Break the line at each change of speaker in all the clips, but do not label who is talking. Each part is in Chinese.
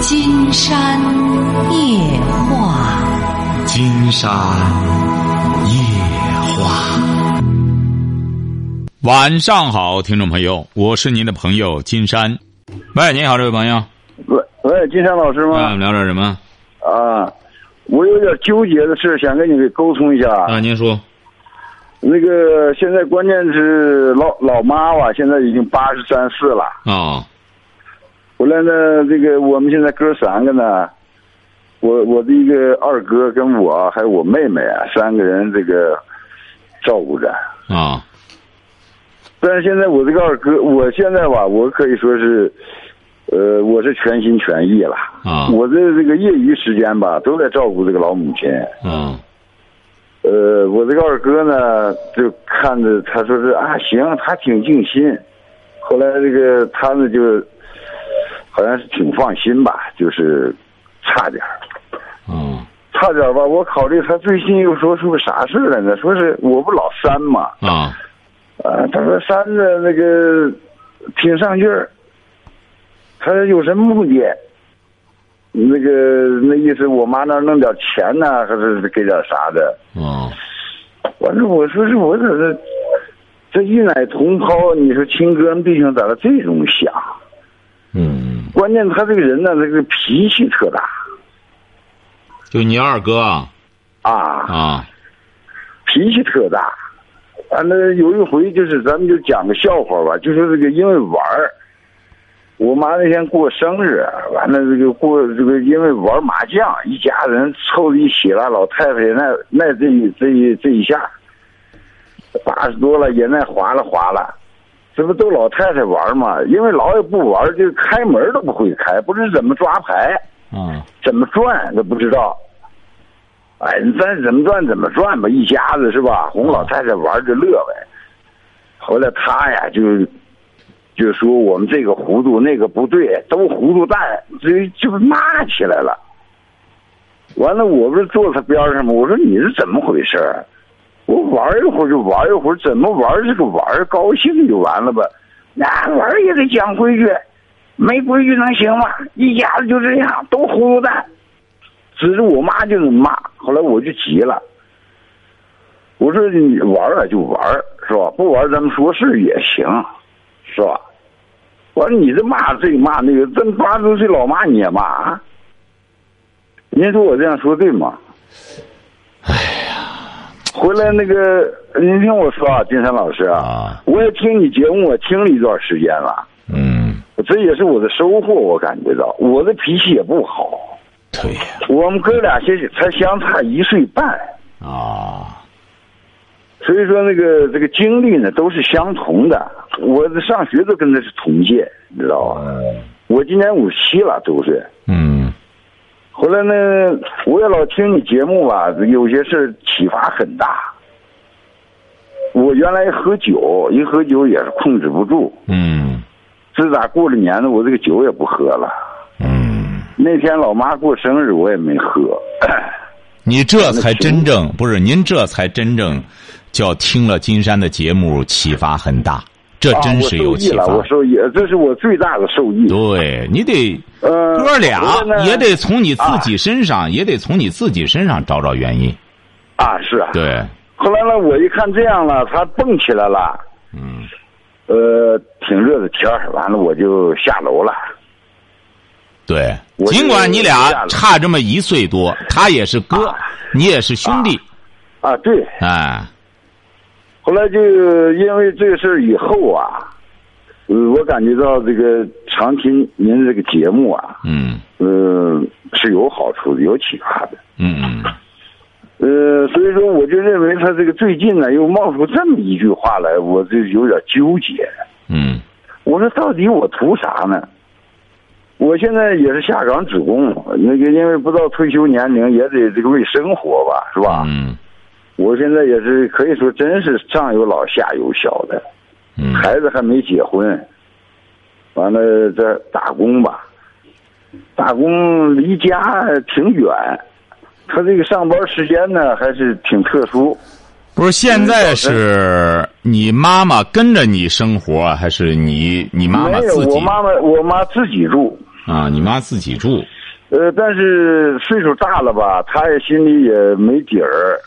金山夜话，
金山夜话。晚上好，听众朋友，我是您的朋友金山。喂，你好，这位朋友，
喂喂，金山老师
那我
吗
们？聊点什么？
啊，我有点纠结的事，想跟你沟通一下。
啊，您说，
那个现在关键是老老妈吧，现在已经八十三四了。
哦，
回来呢，这个我们现在哥三个呢，我我的一个二哥跟我还有我妹妹啊，三个人这个照顾着。
哦，
但是现在我这个二哥，我现在吧，我可以说是，呃，我是全心全意了。
啊
我的这个业余时间吧，都在照顾这个老母亲。
哦，
呃，我这个二哥呢，就看着他说是啊，行，他挺尽心。后来这个他呢，就好像是挺放心吧，就是差点儿
哦，
差点儿吧。我考虑他最近又说出个啥事儿来呢？说是我不老三嘛，
啊，
啊，他说三子那个挺上劲儿，他说有什么目的？那个那意思，我妈那儿弄点钱呢、还是给点啥的？
哦，
完了，我说是我咋这这一奶同胞，你说亲哥们弟兄咋这种想？
嗯，
关键他这个人呢，这个脾气特大
就你二哥啊，
啊，
啊，
脾气特大。完了有一回就是咱们就讲个笑话吧，就说这个因为玩儿，我妈那天过生日，完了这个过这个因为玩麻将，一家人凑在一起了，老太太也那那这一这一这一下，八十多了也那划拉划拉，这不都老太太玩嘛？因为老也不玩，就开门都不会开，不知怎么抓牌。
啊，
怎么转都不知道。哎，你咱怎么转怎么转吧，一家子是吧？哄老太太玩儿就乐呗。后来他呀就就说我们这个糊涂那个不对，都糊涂蛋，这就骂起来了。完了，我不是坐他边上吗？我说你是怎么回事儿？我玩一会儿就玩一会儿，怎么玩儿这个玩儿高兴就完了吧？那、玩儿也得讲规矩，没规矩能行吗？一家子就这样，都糊涂蛋。指着我妈就是骂，后来我就急了，我说你玩儿啊就玩儿是吧？不玩儿咱们说事儿也行，是吧？我说你这骂这个骂那个，这八十多岁老妈你也骂啊？您说我这样说对吗？哎呀，回来那个，您听我说啊，金山老师
啊
我也听你节目，我听了一段时间了，
嗯，
这也是我的收获，我感觉到我的脾气也不好，
对呀，
我们哥俩现在才相差一岁半，
啊，
所以说那个这个经历呢都是相同的。我上学都跟他是同届，你知道吧？我今年五十七了，周岁。
嗯，
后来呢，我也老听你节目吧，有些事儿启发很大。我原来喝酒，一喝酒也是控制不住。
嗯，
自打过了年呢，我这个酒也不喝了。
嗯。
那天老妈过生日，我也没喝。
你这才真正不是您这才真正叫听了金山的节目启发很大，这真是有启
啊、
发。
我受益了，我受益，这是我最大的受益。
对你得
呃，
哥俩
我呢
也得从你自己身上，也得从你自己身上找找原因。
啊，是啊。
对，
后来呢，我一看这样了，他蹦起来了，
嗯
呃，挺热的天儿，完了我就下楼了。
对。
我就
尽管你
下
俩
了
差这么一岁多，他也是哥
啊，
你也是兄弟，
啊，对，
哎，
后来就因为这事儿以后啊，呃，我感觉到这个常听您这个节目啊，
嗯
呃，是有好处的，有启发的。
嗯嗯
呃，所以说我就认为他这个最近呢又冒出这么一句话来，我就有点纠结。
嗯
我说到底我图啥呢？我现在也是下岗职工，那个因为不到退休年龄也得这个为生活吧，是吧？
嗯
我现在也是可以说真是上有老下有小的，
嗯
孩子还没结婚，完了这打工吧，打工离家挺远，他这个上班时间呢还是挺特殊。
不是，现在是你妈妈跟着你生活，还是你你妈妈
没有，
自己
我妈妈我妈自己住，
啊？你妈自己住
呃，但是岁数大了吧，他也心里也没底儿，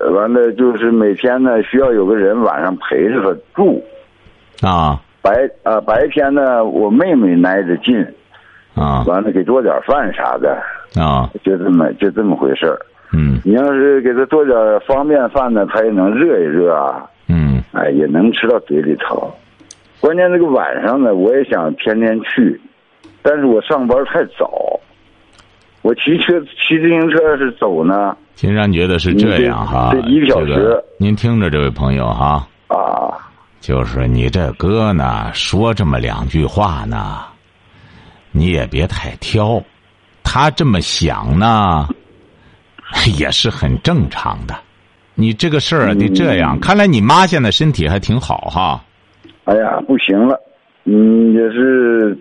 呃完了就是每天呢需要有个人晚上陪着他住，
啊
白啊、白天呢我妹妹挨着近，
啊
完了给做点饭啥的，
啊，
就这么就这么回事儿。
嗯
你要是给他做点方便饭呢，他也能热一热啊，
嗯
哎，也能吃到嘴里头。关键这个晚上呢，我也想天天去，但是我上班太早，我骑车骑自行车是走呢
金山觉得是这样哈，
你这这一个小
这个
时
您听着，这位朋友哈，
啊，
就是你这哥呢，说这么两句话呢，你也别太挑，他这么想呢， 也是很正常的。你这个事儿得这样，看来你妈现在身体还挺好哈。
哎呀，不行了，嗯，也是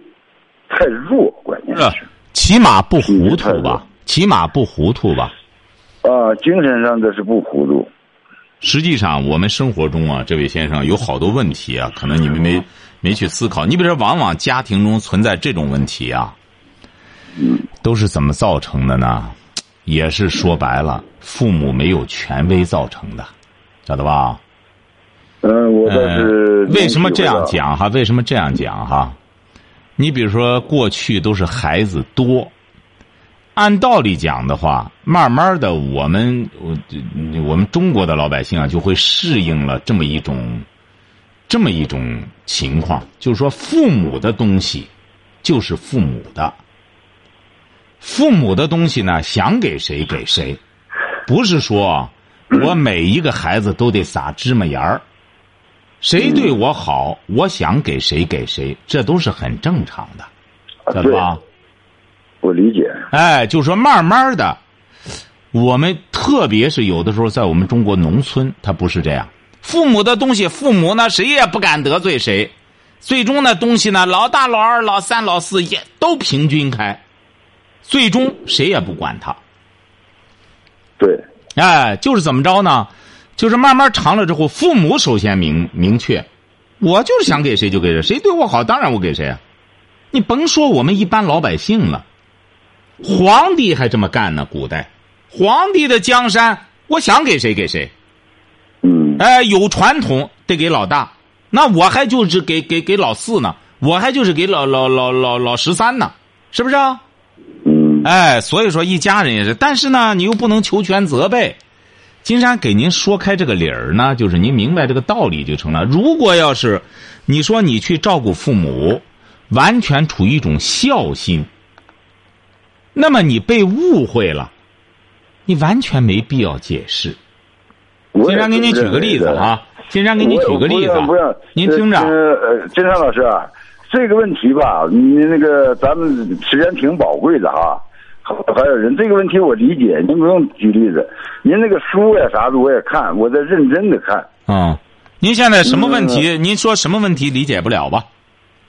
太弱，关键
呃
是，
起码不糊涂吧，起码不糊涂吧。
啊，精神上这是不糊涂，
实际上，我们生活中啊，这位先生有好多问题啊，可能你们没没去思考。你比如说，往往家庭中存在这种问题啊，都是怎么造成的呢？也是说白了，父母没有权威造成的，晓得吧？
嗯，我倒是、
哎为什么这样？讲哈？为什么这样讲哈？你比如说，过去都是孩子多，按道理讲的话，慢慢的，我们我我们中国的老百姓啊，就会适应了这么一种这么一种情况，就是说，父母的东西就是父母的，父母的东西呢，想给谁给谁，不是说啊我每一个孩子都得撒芝麻盐儿。谁对我好，我想给谁给谁，这都是很正常的，
啊、
知
对
道，吧？
我理解，
哎，就说慢慢的，我们特别是有的时候在我们中国农村，它不是这样。父母的东西，父母呢谁也不敢得罪谁，最终呢东西呢，老大、老二、老三、老四也都平均开，最终谁也不管他。
对，
哎，就是怎么着呢？就是慢慢长了之后，父母首先明明确，我就是想给谁就给谁，谁对我好，当然我给谁啊。你甭说我们一般老百姓了，皇帝还这么干呢。古代，皇帝的江山，我想给谁给谁。
嗯，
哎，有传统得给老大，那我还就是给给给老四呢，我还就是给老老老老老十三呢，是不是啊？
嗯，
哎，所以说一家人也是，但是呢，你又不能求全责备。金山给您说开这个理儿呢，就是您明白这个道理就成了。如果要是你说你去照顾父母，完全处于一种孝心，那么你被误会了，你完全没必要解释。
我
金
也
山给你举
是这么
个例子
认为的
啊，金山给你举个例子
我
啊
不让，
您听着。
呃，金山老师啊，这个问题吧，你那个咱们时间挺宝贵的哈、还有人这个问题我理解，您不用举例子。您那个书呀啥的我也看，我在认真的看。
嗯，您现在什么问题？
嗯
您说什么问题理解不了吧？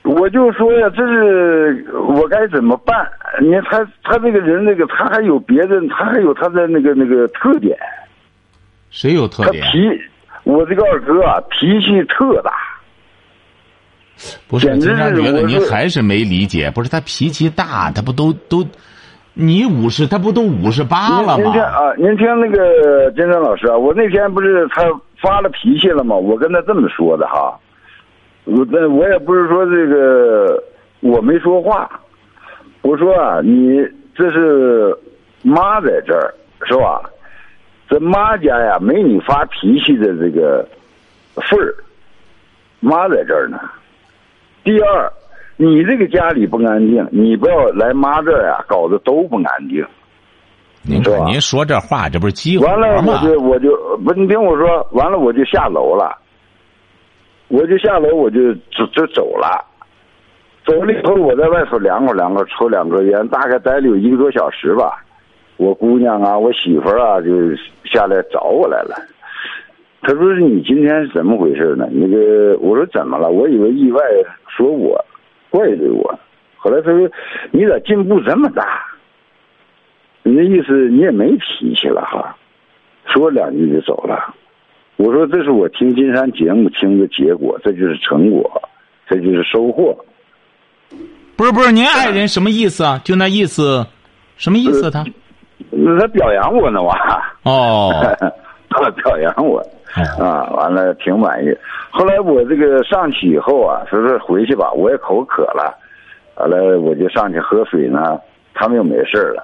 我就说呀，这是我该怎么办？你看他他这个人那个他还有别的，他还有他的那个那个特点，
谁有特
他
点？
脾，我这个二哥啊脾气特大。
不是，
简直
金
是
山觉得
我
您
是
还是没理解。不是他脾气大，他不都都，你五十，他不都五十八
您
了
您
吗
听？啊，您听那个金山老师啊，我那天不是他发了脾气了吗？我跟他这么说的哈，我那我也不是说这个我没说话，我说啊，你这是妈在这儿是吧？这妈家呀没你发脾气的这个份儿，妈在这儿呢。第二，你这个家里不安定，你不要来妈这儿呀、搞得都不安定。
您
是
看，
吧
您说这话，这不是激活
完了我
吗？
就我就不，你听我说，完了我就下楼了，我就下楼，我就就就走了，走了以后我在外头凉快凉快，抽两根烟，大概待了有一个多小时吧。我姑娘啊，我媳妇儿啊，就下来找我来了。她说：“你今天是怎么回事呢？”那个我说：“怎么了？我以为意外说我怪罪我。”后来她说：“你咋进步这么大？”你那意思你也没脾气了哈，说两句就走了。我说这是我听金山节目听的结果，这就是成果，这就是收获。
不是不是，您爱人什么意思啊？就那意思，什么意
呃
思？他
他表扬我呢，我，
哦
他表扬我，
哦
啊，完了挺满意。后来我这个上去以后啊，说是回去吧，我也口渴了，完了我就上去喝水呢，他们又没事儿了，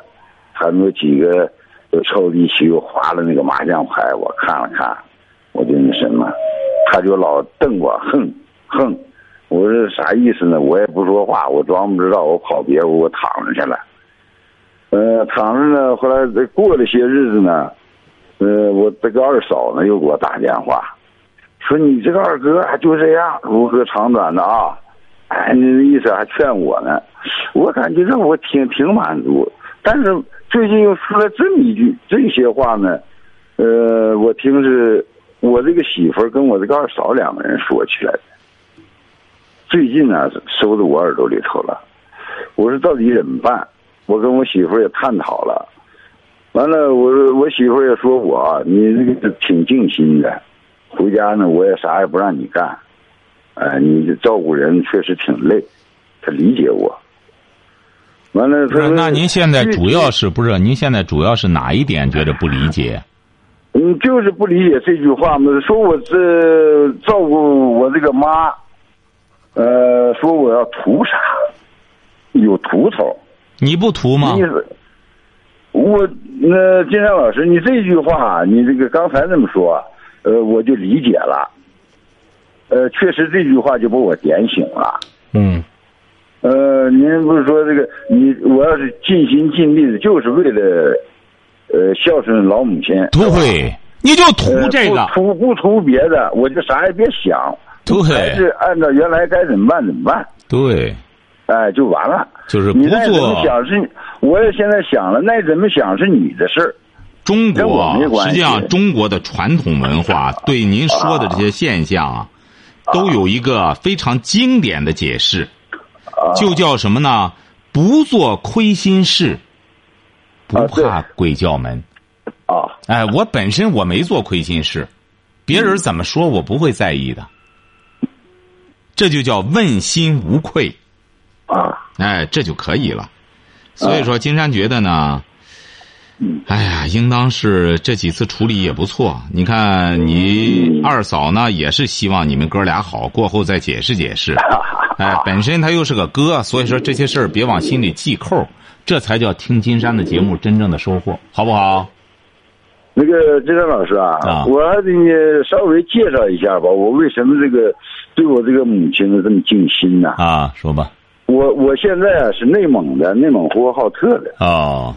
他们有几个又凑在一起又划了那个麻将牌，我看了看，我就那什么，他就老瞪我，哼哼，我说啥意思呢？我也不说话，我装不知道，我跑别屋我躺着去了。呃，躺着呢，后来这过了些日子呢，呃，我这个二嫂呢又给我打电话，说你这个二哥还就这样，如何长短的啊？哎，你那意思还劝我呢，我感觉让我挺挺满足，但是最近又说了这么一句这些话呢，呃，我听是我这个媳妇儿跟我这个二嫂两个人说起来的，最近呢收到我耳朵里头了，我说到底怎么办？我跟我媳妇儿也探讨了。完了，我说我媳妇儿也说我啊，你这个挺尽心的，回家呢我也啥也不让你干，呃，你照顾人确实挺累，她理解我。完了，她
不是
说
那您现在
具体
主要是不是？您现在主要是哪一点觉着不理解？
嗯，就是不理解这句话嘛，说我这照顾我这个妈，呃，说我要图啥，有图头。
你不图吗
意？思，我那金山老师，你这句话，你这个刚才这么说，呃，我就理解了。呃，确实这句话就把我点醒了。
嗯，
呃，您不是说这个你我要是尽心尽力的，就是为了呃孝顺老母亲。
对，你就图
呃
这个，
不图不图别的，我就啥也别想，还是
对
按照原来该怎么办怎么办，
对，
哎，就完了。
就是不
你再怎么
做
想是你，我也现在想了，那怎么想是你的事儿。
中
跟
国
我
啊
没，关
实际上
系啊
中国的传统文化对您说的这些现象啊，都有一个非常经典的解释，
啊
就叫什么呢？不做亏心事，不
啊对
怕鬼叫门。
啊，
哎，我本身我没做亏心事，别
嗯
人怎么说我不会在意的，这就叫问心无愧。
啊，
哎，这就可以了。所以说，金山觉得呢，哎呀，应当是这几次处理也不错。你看，你二嫂呢也是希望你们哥俩好，过后再解释解释。哎，本身他又是个哥，所以说这些事儿别往心里系扣，这才叫听金山的节目真正的收获，好不好？
那个金山老师啊，
啊
我还得稍微介绍一下吧，我为什么这个对我这个母亲呢这么尽心呢、
啊，说吧。
我我现在啊是内蒙的，内蒙呼和浩特的。
哦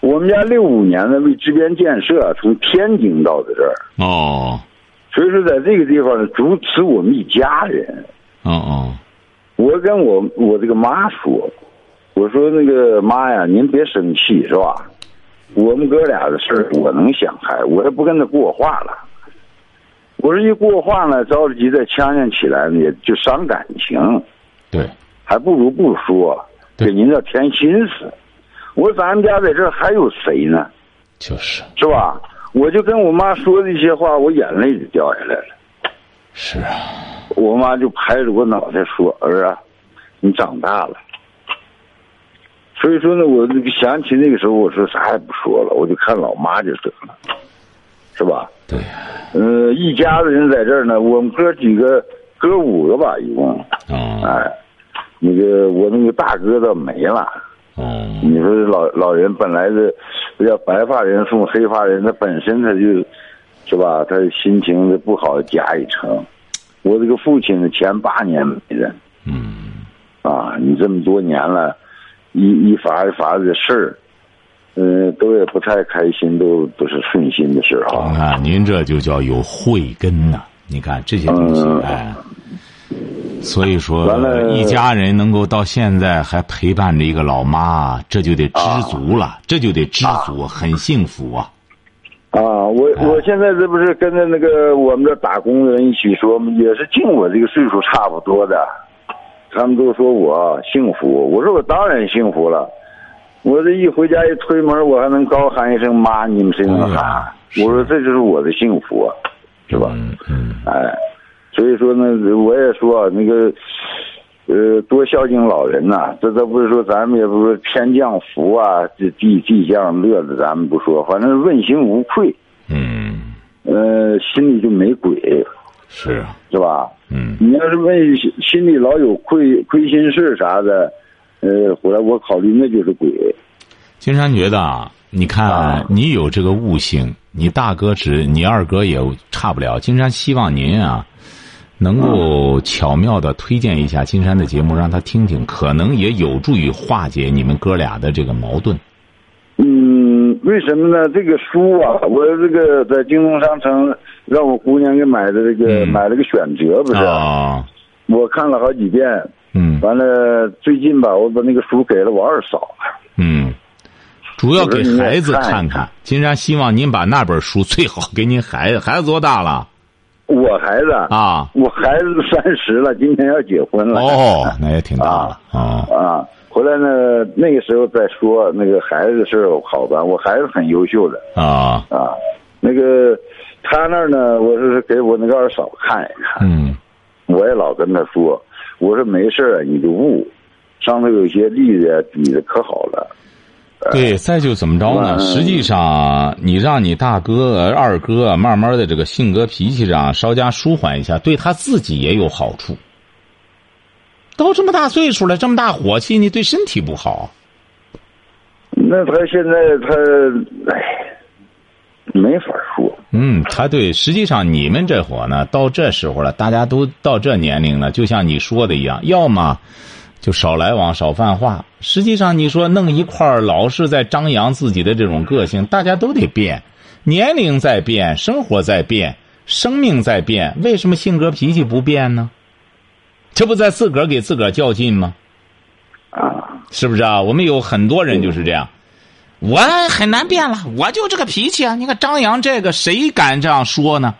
我们家六五年呢为支边建设啊、从天津到的这儿，
哦
所以说在这个地方呢，主持我们一家人。
哦哦
我跟我我这个妈说，我说那个妈呀，您别生气是吧？我们哥俩的事儿我能想开，我也不跟他过话了。我说一过话呢，着急再呛呛起来呢，也就伤感情，
对，
还不如不说，
对
给您这添心思。我说咱们家在这儿还有谁呢？
就是
是吧？我就跟我妈说这些话，我眼泪就掉下来了。
是啊，
我妈就拍着我脑袋说：“儿啊，你长大了。”所以说呢，我就想起那个时候，我说啥也不说了，我就看老妈就得了，是吧？
对，啊
呃，一家子人在这儿呢，我们哥几个，哥五个吧，一共，
哦
哎，那个我那个大哥倒没了。
哦，
你说老老人本来是要白发人送黑发人，他本身他就，是吧？他心情的不好加一成。我这个父亲呢，前八年没人
嗯
啊，你这么多年了，一一茬一茬的事儿，嗯、都也不太开心，都不是顺心的事儿
你
啊。
看您这就叫有慧根呐、你看这些东西，
嗯
哎，所以
完
说
了
一家人能够到现在还陪伴着一个老妈，这就得知足了，这就得知足，很幸福啊。
啊，我我现在这不是跟着那个我们这打工的人一起说，也是净我这个岁数差不多的，他们都说我幸福，我说我当然幸福了，我这一回家一推门，我还能高喊一声妈，你们谁能
对
喊
啊？是
我说这就是我的幸福，啊，是吧？
嗯嗯
哎，所以说呢，我也说啊那个，呃，多孝敬老人呐、这都不是说咱们也不是天降福啊，这地地降乐的，咱们不说，反正问心无愧，
嗯，
呃，心里就没鬼，
是啊，
是吧？
嗯
你要是问心心里老有亏亏心事啥的，呃，回来我考虑那就是鬼，
金山觉得啊，你看、
啊
你有这个悟性，你大哥只你二哥也差不了。金山希望您啊，能够巧妙的推荐一下金山的节目，让他听听，可能也有助于化解你们哥俩的这个矛盾。
嗯，为什么呢？这个书啊，我这个在京东商城让我姑娘给买的这个、
嗯
买了个选择，不是？
啊，
我看了好几遍，
嗯
完了最近吧，我把那个书给了我二嫂，
嗯，主要给孩子看
我说你也看
看
一看。
金山希望您把那本书最好给您孩子，孩子多大了
我孩子，
啊？
我孩子三十了，今天要结婚了。
哦，那也挺大了啊。
啊，回来呢，那个时候再说那个孩子的事儿好办，我孩子很优秀的
啊，
啊。那个他那儿呢，我是给我那个二嫂看一看，
嗯
我也老跟他说，我说没事儿啊，你就悟，上头有些例子呀比的可好了，
对，再就怎么着呢？
嗯
实际上，你让你大哥、呃二哥啊慢慢的这个性格脾气上稍加舒缓一下，对他自己也有好处。都这么大岁数了，这么大火气，你对身体不好。
那他现在他，哎，没法说，
嗯，他对，实际上你们这伙呢，到这时候了，大家都到这年龄了，就像你说的一样，要么就少来往、少泛话。实际上，你说弄一块儿，老是在张扬自己的这种个性，大家都得变，年龄在变，生活在变，生命在变，为什么性格脾气不变呢？这不在自个儿给自个儿较劲吗？
啊，
是不是啊？我们有很多人就是这样，我很难变了，我就这个脾气啊！你看张扬这个，谁敢这样说呢？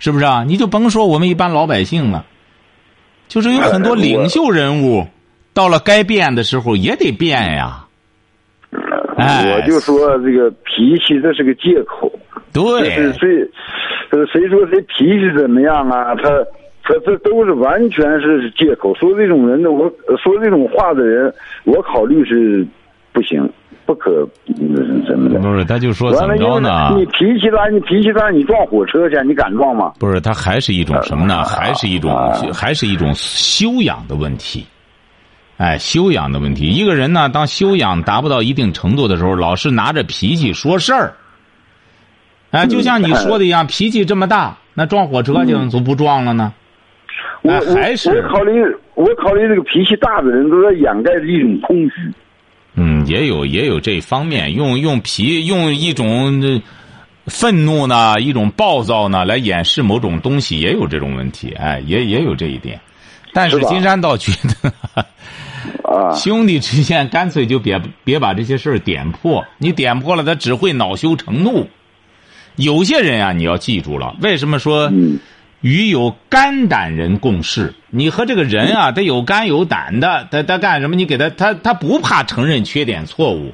是不是啊？你就甭说我们一般老百姓了，就是有很多领袖人物，到了该变的时候也得变呀。哎
我就说这个脾气这是个借口。这是
对，
谁，呃，谁说谁脾气怎么样啊？他他这都是完全是借口。说这种人的，我说这种话的人，我考虑是不行，不可嗯怎么的。
不是，他就说怎么
完了，因
着
为
呢？
你脾气大，你脾气大，你撞火车去，你敢撞吗？
不是，他还是一种什么呢？还是一种，还是一种修养的问题。哎，修养的问题。一个人呢，当修养达不到一定程度的时候，老是拿着脾气说事儿。哎，就像你说的一样，脾气这么大，那撞火车去怎么不撞了呢？
我
哎
我
还是
我考虑，我考虑这个脾气大的人都在掩盖着一种空虚。
嗯，也有也有这方面，用用脾用一种呃愤怒呢，一种暴躁呢，来掩饰某种东西，也有这种问题，哎，也也有这一点。但是
是吧
金山倒觉得，
啊
兄弟之间干脆就别别把这些事儿点破，你点破了，他只会恼羞成怒。有些人啊，你要记住了，为什么说
嗯
与有肝胆人共事？你和这个人啊，他有肝有胆的，他他干什么？你给他，他他不怕承认缺点错误。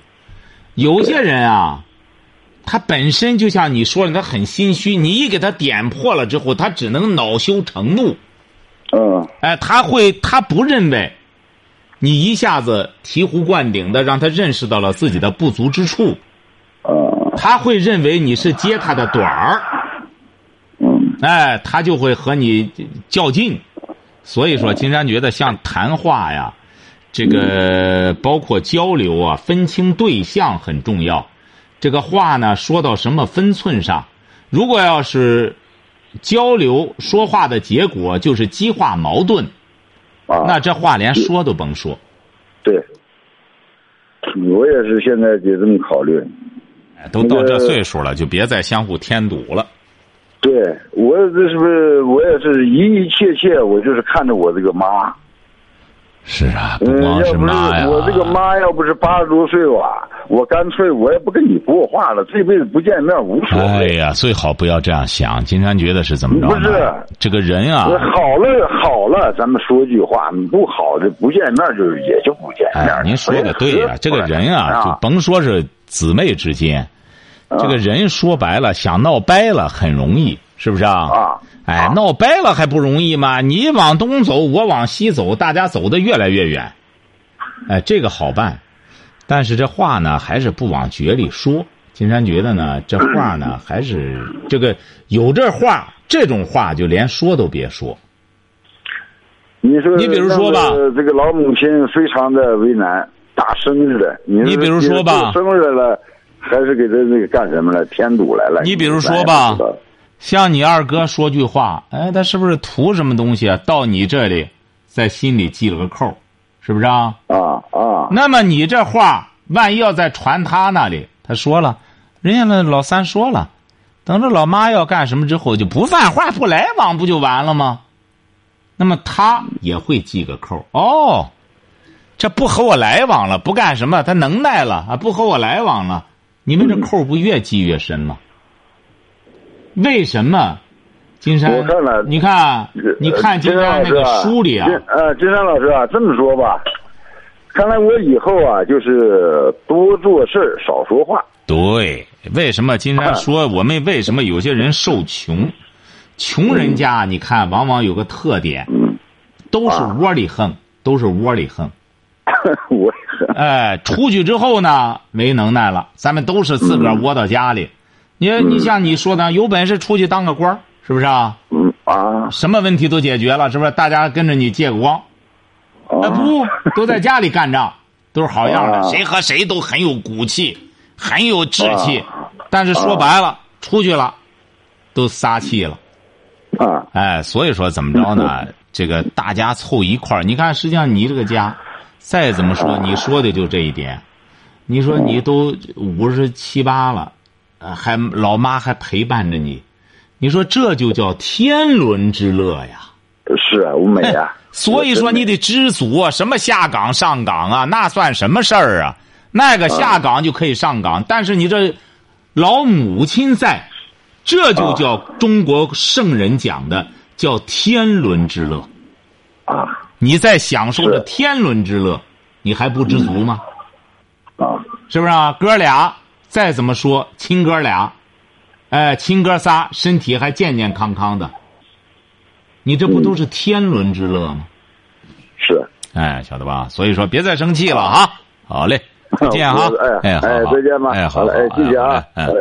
有些人啊，他本身就像你说的，他很心虚，你一给他点破了之后，他只能恼羞成怒。
嗯
哎，他会，他不认为你一下子醍醐灌顶的让他认识到了自己的不足之处，
嗯
他会认为你是揭他的短儿，
嗯
哎，他就会和你较劲。所以说，金山觉得像谈话呀，这个包括交流啊，分清对象很重要。这个话呢，说到什么分寸上？如果要是交流说话的结果就是激化矛盾，
啊，
那这话连说都甭说。
对，我也是现在就这么考虑。
哎都到这岁数了，就别再相互添堵了。
对我这是不是我也是一一切切，我就是看着我这个妈，
是啊，
嗯，要不是
呃
我这个妈要不是八十多岁吧，我干脆我也不跟你过话了，这辈子不见面无所
哎
谓。
呀，最好不要这样想。金山觉得是怎么着呢？
不是
这个人啊
我，好了好了，咱们说句话，你不好的不见面就是也就不见面
哎，。您说的对呀、
哎
这个人啊，就甭说
嗯
是姊妹之间，这个人说白了，想闹掰了很容易，是不是啊？
啊
哎，闹掰了还不容易吗？你往东走，我往西走，大家走得越来越远。哎，这个好办，但是这话呢，还是不往绝里说。金山觉得呢，这话呢，还是这个有这话，这种话就连说都别说。
你说，
你比如说吧，
这个老母亲非常的为难，大生日的，你
你比如说吧
生日了，还是给他那个干什么了？添堵来了。
你比如说吧
你来了
像你二哥说句话，哎，他是不是图什么东西啊？到你这里，在心里系了个扣，是不是啊？
啊啊，
那么你这话万一要再传他那里，他说了，人家那老三说了，等着老妈要干什么之后就不犯话不来往不就完了吗？那么他也会记个扣哦，这不和我来往了，不干什么，他能耐了啊，不和我来往了，你们这扣不越记越深吗？为什么？金山，
嗯我看了
你看，你看金
金
山那个书里啊，
呃，金山老师啊，这么说吧，看来我以后啊，就是多做事儿少说话。
对，为什么金山说我们为什么有些人受穷？穷人家你看，往往有个特点，
嗯
都是窝里横，都是窝里横。
我
哎，出去之后呢，没能耐了，咱们都是自个儿窝到家里。你你像你说的，有本事出去当个官儿，是不是啊？
嗯啊
什么问题都解决了，是不是？大家跟着你借个光，
啊
啊，不，都在家里干仗，都是好样的，
啊
谁和谁都很有骨气，很有志气
啊。
但是说白了，出去了，都撒气了。
啊
哎，所以说怎么着呢？这个大家凑一块儿，你看，实际上你这个家，再怎么说，你说的就这一点。你说你都五十七八了，呃还老妈还陪伴着你，你说这就叫天伦之乐呀。
是啊，舞美啊。
所以说你得知足啊，什么下岗上岗啊，那算什么事儿啊？那个下岗就可以上岗，但是你这老母亲在，这就叫中国圣人讲的叫天伦之乐。
啊
你在享受着
是
天伦之乐，你还不知足吗？
啊
是不是啊？哥俩再怎么说亲哥俩，哎、亲哥仨身体还健健康康的，你这不都是天伦之乐吗？
是。
哎，晓得吧？所以说别再生气了哈。好嘞， 再见哈
我。哎
好好
再见吧。
哎，
好
好，
了，哎，谢谢啊。
哎，
哎
好嘞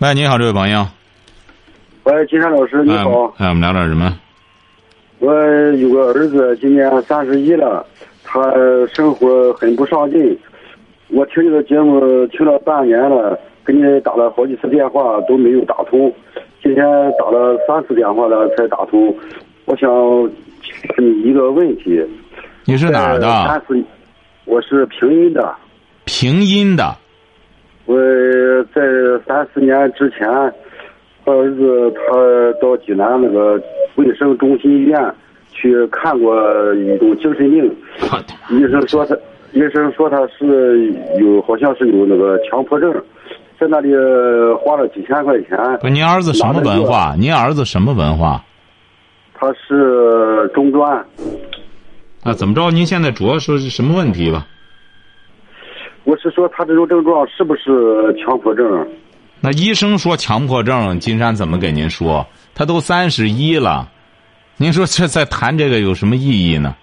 哎喂，你好，这位朋友。
喂，金山老师，你
哎
好。
哎，我们聊点什么？
我有个儿子，今年三十一了，他生活很不上进。我听你的节目听了半年了，给你打了好几次电话都没有打通，今天打了三次电话了才打通。我想问你一个问题，
你是哪儿
呃
的
三？十，我是平阴的。
平阴的。
我在三四年之前，我儿子他到济南那个卫生中心医院去看过一种精神病，
我的妈！
医生说他，医生说他是有好像是有那个强迫症，在那里花了几千块钱。
不，您儿子什么文化？您儿子什么文化？
他是中专，
啊，怎么着？您现在主要说是什么问题吧？
我是说他这种症状是不是强迫症？
那医生说强迫症，金山怎么给您说？他都三十一了，您说这再谈这个有什么意义呢？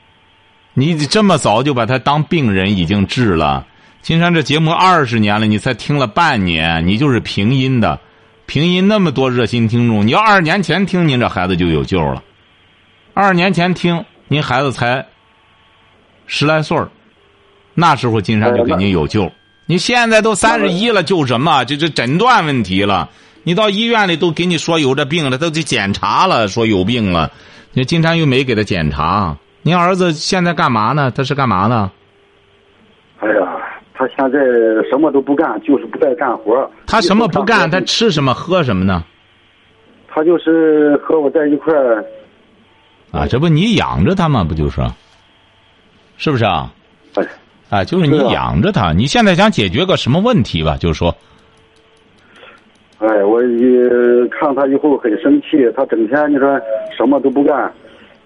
你这么早就把他当病人已经治了，金山这节目二十年了，你才听了半年，你就是平阴的，平阴那么多热心听众，你要二十年前听，您这孩子就有救了。二十年前听，您孩子才十来岁儿，那时候金山就给您有救。你现在都三十一了，救什么？这这诊断问题了。你到医院里都给你说有这病了，都去检查了，说有病了。你金山又没给他检查。您儿子现在干嘛呢？他是干嘛呢？
哎呀，他现在什么都不干，就是不爱干活。
他什么不干？
他
他吃什么喝什么呢？
他就是和我在一块儿。
啊，这不你养着他吗？不就是，是不是啊？
哎
啊，就是你
是啊
养着他。你现在想解决个什么问题吧？就是说，
哎，我也看他以后很生气，他整天你说什么都不干，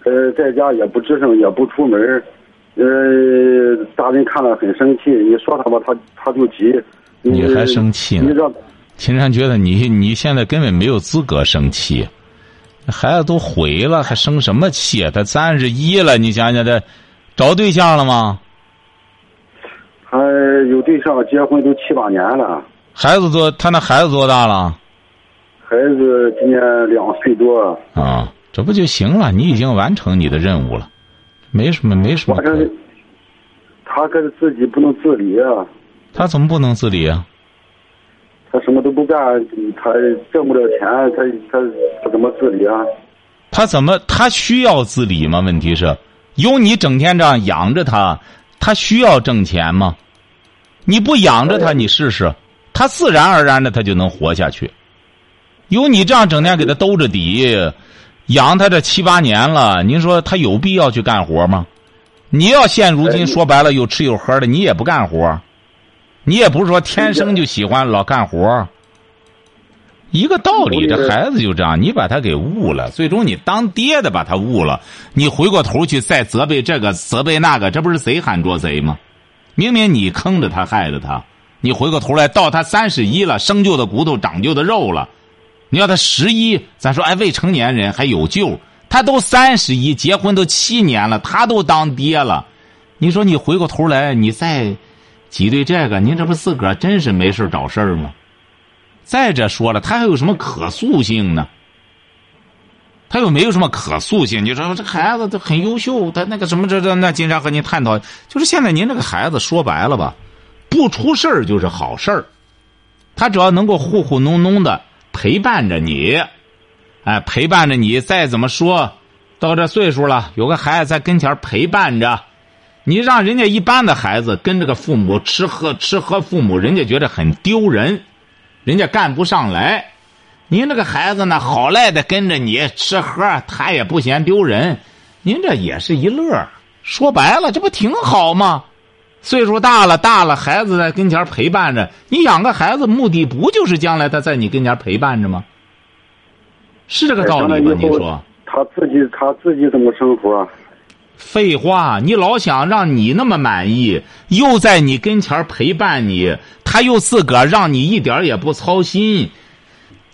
呃，在家也不吱声，也不出门儿，呃，大人看了很生气。你说他吧，他他就急。
你还生气呢
你让
秦山觉得你你现在根本没有资格生气，孩子都毁了，还生什么气啊？他三十一了，你想想他找对象了吗？
他有对象，结婚都七八年了，
孩子多，他那孩子多大了？
孩子今年两岁多，
啊，这不就行了？你已经完成你的任务了，没什么，没什么
完
可
事。他可是自己不能自理啊，
他怎么不能自理啊？
他什么都不干，他挣不了钱，他他他怎么自理啊？
他怎么他需要自理吗？问题是，有你整天这样养着他，他需要挣钱吗？你不养着他，你试试，他自然而然的他就能活下去。有你这样整天给他兜着底，养他这七八年了，您说他有必要去干活吗？你要现如
哎
今
你
说白了有吃有喝的，你也不干活，你也不是说天生就喜欢老干活。一个道理，
我觉
这
得
孩子就这样，你把他给误了，最终你当爹的把他误了，你回过头去再责备这个责备那个，这不是谁喊捉贼吗？明明你坑着他，害着他，你回过头来到他三十一了，生旧的骨头长旧的肉了，你要他十一，咱说哎，未成年人还有救，他都三十一，结婚都七年了，他都当爹了，你说你回过头来，你再挤兑这个，您这不自个儿真是没事儿找事儿吗？再者说了，他还有什么可塑性呢？他又没有什么可塑性。你说这孩子他很优秀，他那个什么这这那，金山和您探讨，就是现在您这个孩子说白了吧，不出事儿就是好事儿。他只要能够糊糊弄弄的陪伴着你，哎，陪伴着你，再怎么说，到这岁数了，有个孩子在跟前儿陪伴着，你让人家一般的孩子跟这个父母吃喝吃喝父母，人家觉得很丢人。人家干不上来。您这个孩子呢，好赖的跟着你吃喝，他也不嫌丢人。您这也是一乐儿，说白了，这不挺好吗？岁数大了，大了，孩子在跟前儿陪伴着你，养个孩子目的不就是将来他在你跟前儿陪伴着吗？是这个道理吗？
哎
你
将来以
说？
后他自己他自己怎么生活啊？
废话，你老想让你那么满意，又在你跟前儿陪伴你，他又自个儿让你一点儿也不操心。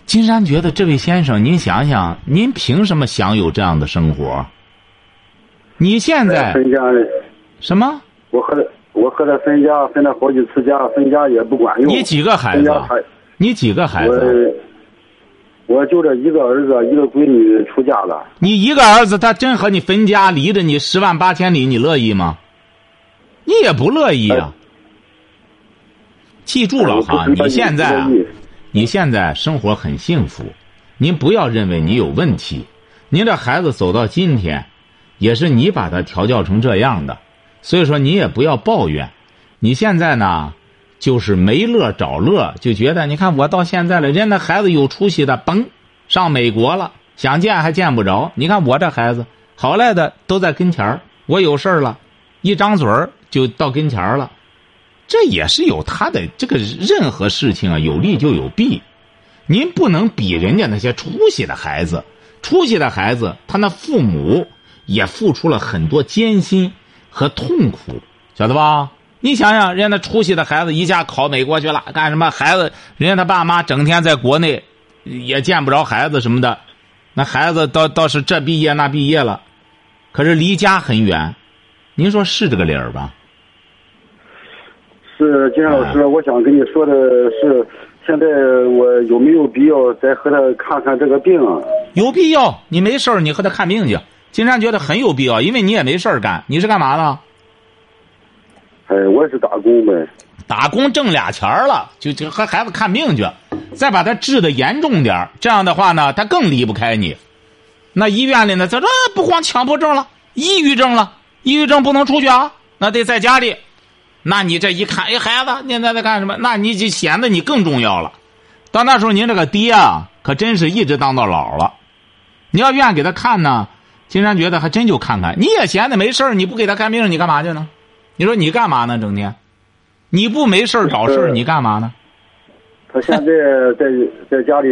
金山觉得这位先生，您想想，您凭什么享有这样的生活？你现在
分家，
什么？
我和他我和他分家，分了好几次家，分家也不管用。
你几个孩
分
子
家？还
你几个孩子？啊
我我就这一个儿子，一个闺女出嫁了，
你一个儿子，他真和你分家，离着你十万八千里，你乐意吗？你也不乐意啊！记住了哈，
哎我不知道
你现在啊
不乐意
你现在生活很幸福，您不要认为你有问题。您这孩子走到今天，也是你把他调教成这样的，所以说你也不要抱怨。你现在呢，就是没乐找乐，就觉得你看我到现在了，人家那孩子有出息的，嘣，上美国了，想见还见不着。你看我这孩子，好赖的都在跟前儿，我有事儿了，一张嘴儿就到跟前儿了。这也是有他的这个任何事情啊，有利就有弊。您不能比人家那些出息的孩子，出息的孩子，他那父母也付出了很多艰辛和痛苦，晓得吧？你想想，人家那出息的孩子一下考美国去了，干什么？孩子，人家他爸妈整天在国内，也见不着孩子什么的。那孩子倒倒是这毕业那毕业了，可是离家很远，您说是这个理儿吧？
是金山老
嗯
师，我想跟你说的是，现在我有没有必要再和他看看这个病啊？
有必要，你没事儿你和他看病去。金山觉得很有必要，因为你也没事儿干，你是干嘛呢？
哎，我也是打工呗。
打工挣俩钱儿了，就就和孩子看病去，再把他治的严重点儿这样的话呢，他更离不开你。那医院里呢，他说、啊、不光强迫症了，抑郁症了，抑郁症不能出去啊，那得在家里。那你这一看，哎，孩子，你在在干什么？那你就显得你更重要了。到那时候，您这个爹啊，可真是一直当到老了。你要愿意给他看呢，金山觉得还真就看看。你也闲的没事儿你不给他看病，你干嘛去呢？你说你干嘛呢？整天，你不没事儿找事儿
是
你干嘛呢？
他现在在在家里，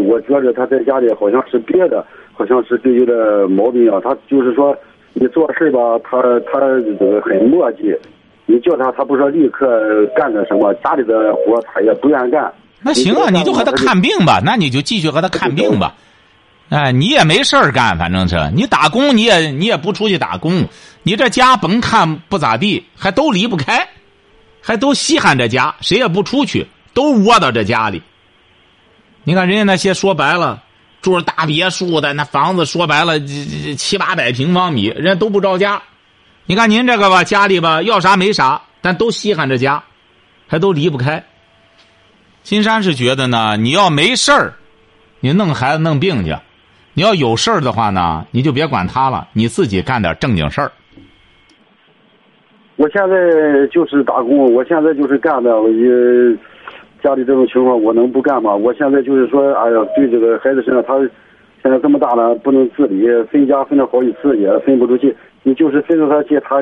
我觉着他在家里好像是憋的，好像是就有点毛病啊。他就是说，你做事吧，他他呃很磨叽，你叫他他不说立刻干个什么，家里的活他也不愿干。
那行啊，你就和他看病吧，那你就继续和他看病吧。哎，你也没事儿干，反正是你打工，你也你也不出去打工，你这家甭看不咋地，还都离不开，还都稀罕这家，谁也不出去，都窝到这家里。你看人家那些说白了住着大别墅的那房子，说白了七八百平方米，人家都不着家。你看您这个吧，家里吧要啥没啥，但都稀罕这家，还都离不开。金山是觉得呢，你要没事儿，你弄孩子弄病去。你要有事儿的话呢，你就别管他了，你自己干点正经事儿。
我现在就是打工，我现在就是干的，我也家里这种情况，我能不干吗？我现在就是说，哎呀，对这个孩子身上，他现在这么大了，不能自理，分家分了好几次也分不出去。你就是分着他去，他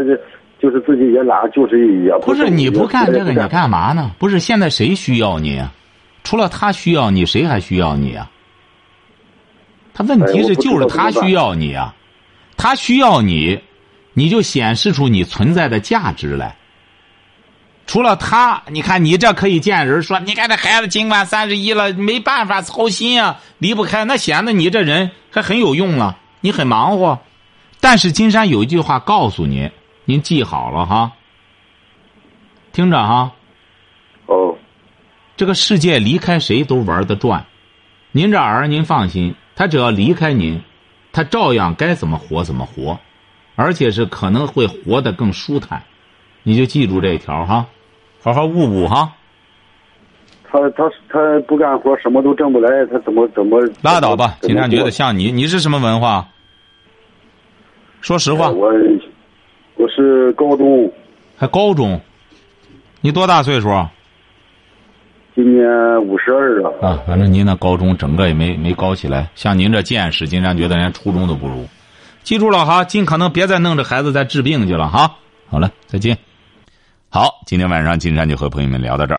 就是自己也懒，就是也
不是你不干这个，你干嘛呢？不是现在谁需要你、啊？除了他需要你，谁还需要你啊？他问题是，就是他需要你啊，他需要你，你就显示出你存在的价值来。除了他，你看你这可以见人说，你看这孩子尽管三十一了，没办法操心啊，离不开，那显得你这人还很有用了，你很忙活。但是金山有一句话告诉您，您记好了哈，听着哈。
哦，
这个世界离开谁都玩得转，您这儿您放心。他只要离开您，他照样该怎么活怎么活，而且是可能会活得更舒坦。你就记住这一条哈，好好悟悟哈。
他他他不干活，什么都挣不来，他怎么怎么？
拉倒
哎
吧，金山觉得像你，你是什么文化？说实话，
哎我我是高中，
还高中，你多大岁数？
今年五十二了
啊，反正您那高中整个也没没高起来，像您这见识，金山觉得连初中都不如。记住了哈，尽可能别再弄这孩子再治病去了哈。好了，再见。好，今天晚上金山就和朋友们聊到这儿。